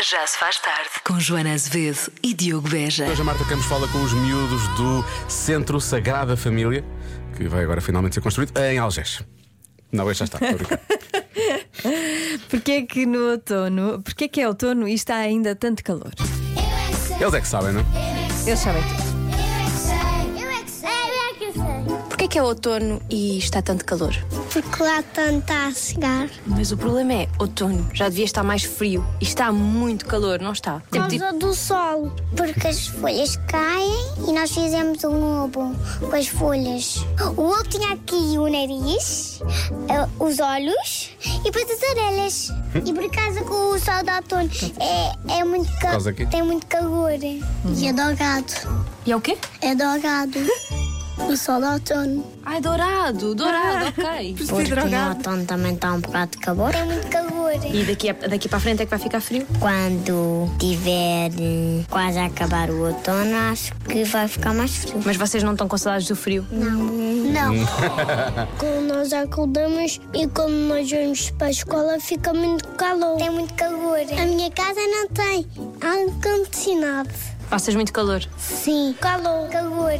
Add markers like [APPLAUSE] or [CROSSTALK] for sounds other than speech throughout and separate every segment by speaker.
Speaker 1: Já se faz tarde com Joana Azevedo e Diogo Beja.
Speaker 2: Hoje a Marta Campos fala com os miúdos do Centro Sagrada Família, que vai agora finalmente ser construído em Algés. Não, este já está, estou
Speaker 3: [LAUGHS]
Speaker 2: a brincar.
Speaker 3: Porquê é que no outono, porquê é que é outono e está ainda tanto calor?
Speaker 2: Eles é que sabem, não? é?
Speaker 3: Eles sabem tudo.
Speaker 4: Porquê que é outono e está tanto calor?
Speaker 5: Porque lá tanto está a chegar.
Speaker 4: Mas o problema é outono. Já devia estar mais frio e está muito calor, não está?
Speaker 5: Por causa
Speaker 4: Tipo-
Speaker 5: do sol. Porque as folhas caem e nós fizemos um lobo com as folhas. O lobo tinha aqui o nariz, eh, os olhos e depois as orelhas. E por causa que o sol do outono é, é muito
Speaker 2: causa
Speaker 5: calor.
Speaker 2: aqui?
Speaker 5: Tem muito calor. E é dourado.
Speaker 4: E é o quê?
Speaker 5: É dourado. O sol do outono.
Speaker 4: Ai,
Speaker 3: [LAUGHS]
Speaker 4: dourado, dourado, ok.
Speaker 3: Porque drogado.
Speaker 5: outono também está um bocado de calor. Tem muito calor.
Speaker 4: E daqui, a- daqui para a frente é que vai ficar frio?
Speaker 5: Quando tiver eh, quase a acabar o outono, acho que vai ficar mais frio.
Speaker 4: Mas vocês não estão com saudades do frio?
Speaker 5: Não. Não. Hum. [LAUGHS] quando nós acordamos e quando nós vamos para a escola, fica muito calor. Tem muito calor. A minha casa não tem ar-condicionado.
Speaker 4: Passas muito calor.
Speaker 5: Sim. Calor. Calor.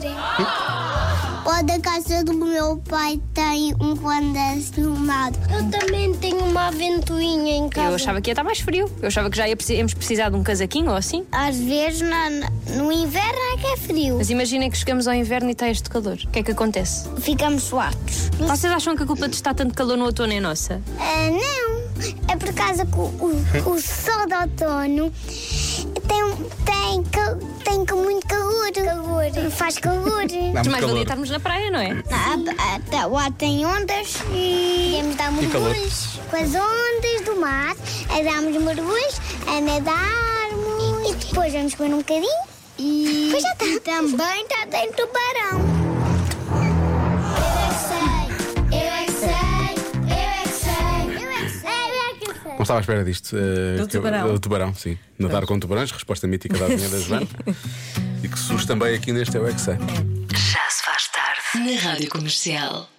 Speaker 5: Ou da casa do meu pai tem um condicionado. Eu também tenho uma ventoinha em
Speaker 4: Eu achava que ia estar mais frio. Eu achava que já ia preci- íamos precisar de um casaquinho ou assim.
Speaker 5: Às vezes na- na- no inverno é que é frio.
Speaker 4: Mas imaginem que chegamos ao inverno e está este calor. O que é que acontece?
Speaker 5: Ficamos suados. Ah,
Speaker 4: Vocês acham que a culpa de estar tanto calor no outono é nossa?
Speaker 5: não, é por causa que o, o- o sol do outono tem, tem, cal- tem ca- muito calor. calor. Faz calor.
Speaker 2: Dá
Speaker 4: Mas
Speaker 2: muito
Speaker 4: mais valia
Speaker 2: calor.
Speaker 4: estarmos na praia, não é?
Speaker 5: Ah, ah, Lá tem ondas e podemos dar
Speaker 2: calor.
Speaker 5: mergulhos. Com as ondas do mar, a darmos mergulhos, a nadarmos. E depois vamos comer um bocadinho. E, já tá. também está tem tubarão. Eu é que é sei, eu é que sei, eu é que sei, eu é que sei.
Speaker 2: Não estava à espera disto. eh,
Speaker 3: Do
Speaker 2: que-
Speaker 3: tubarão.
Speaker 2: Do tubarão, sim. Nadar com tubarões, resposta
Speaker 3: [LAUGHS]
Speaker 2: mítica da Avenida da Joana. E que surge também aqui neste Eu É Que Sei.
Speaker 1: Já se faz tarde na Rádio Comercial.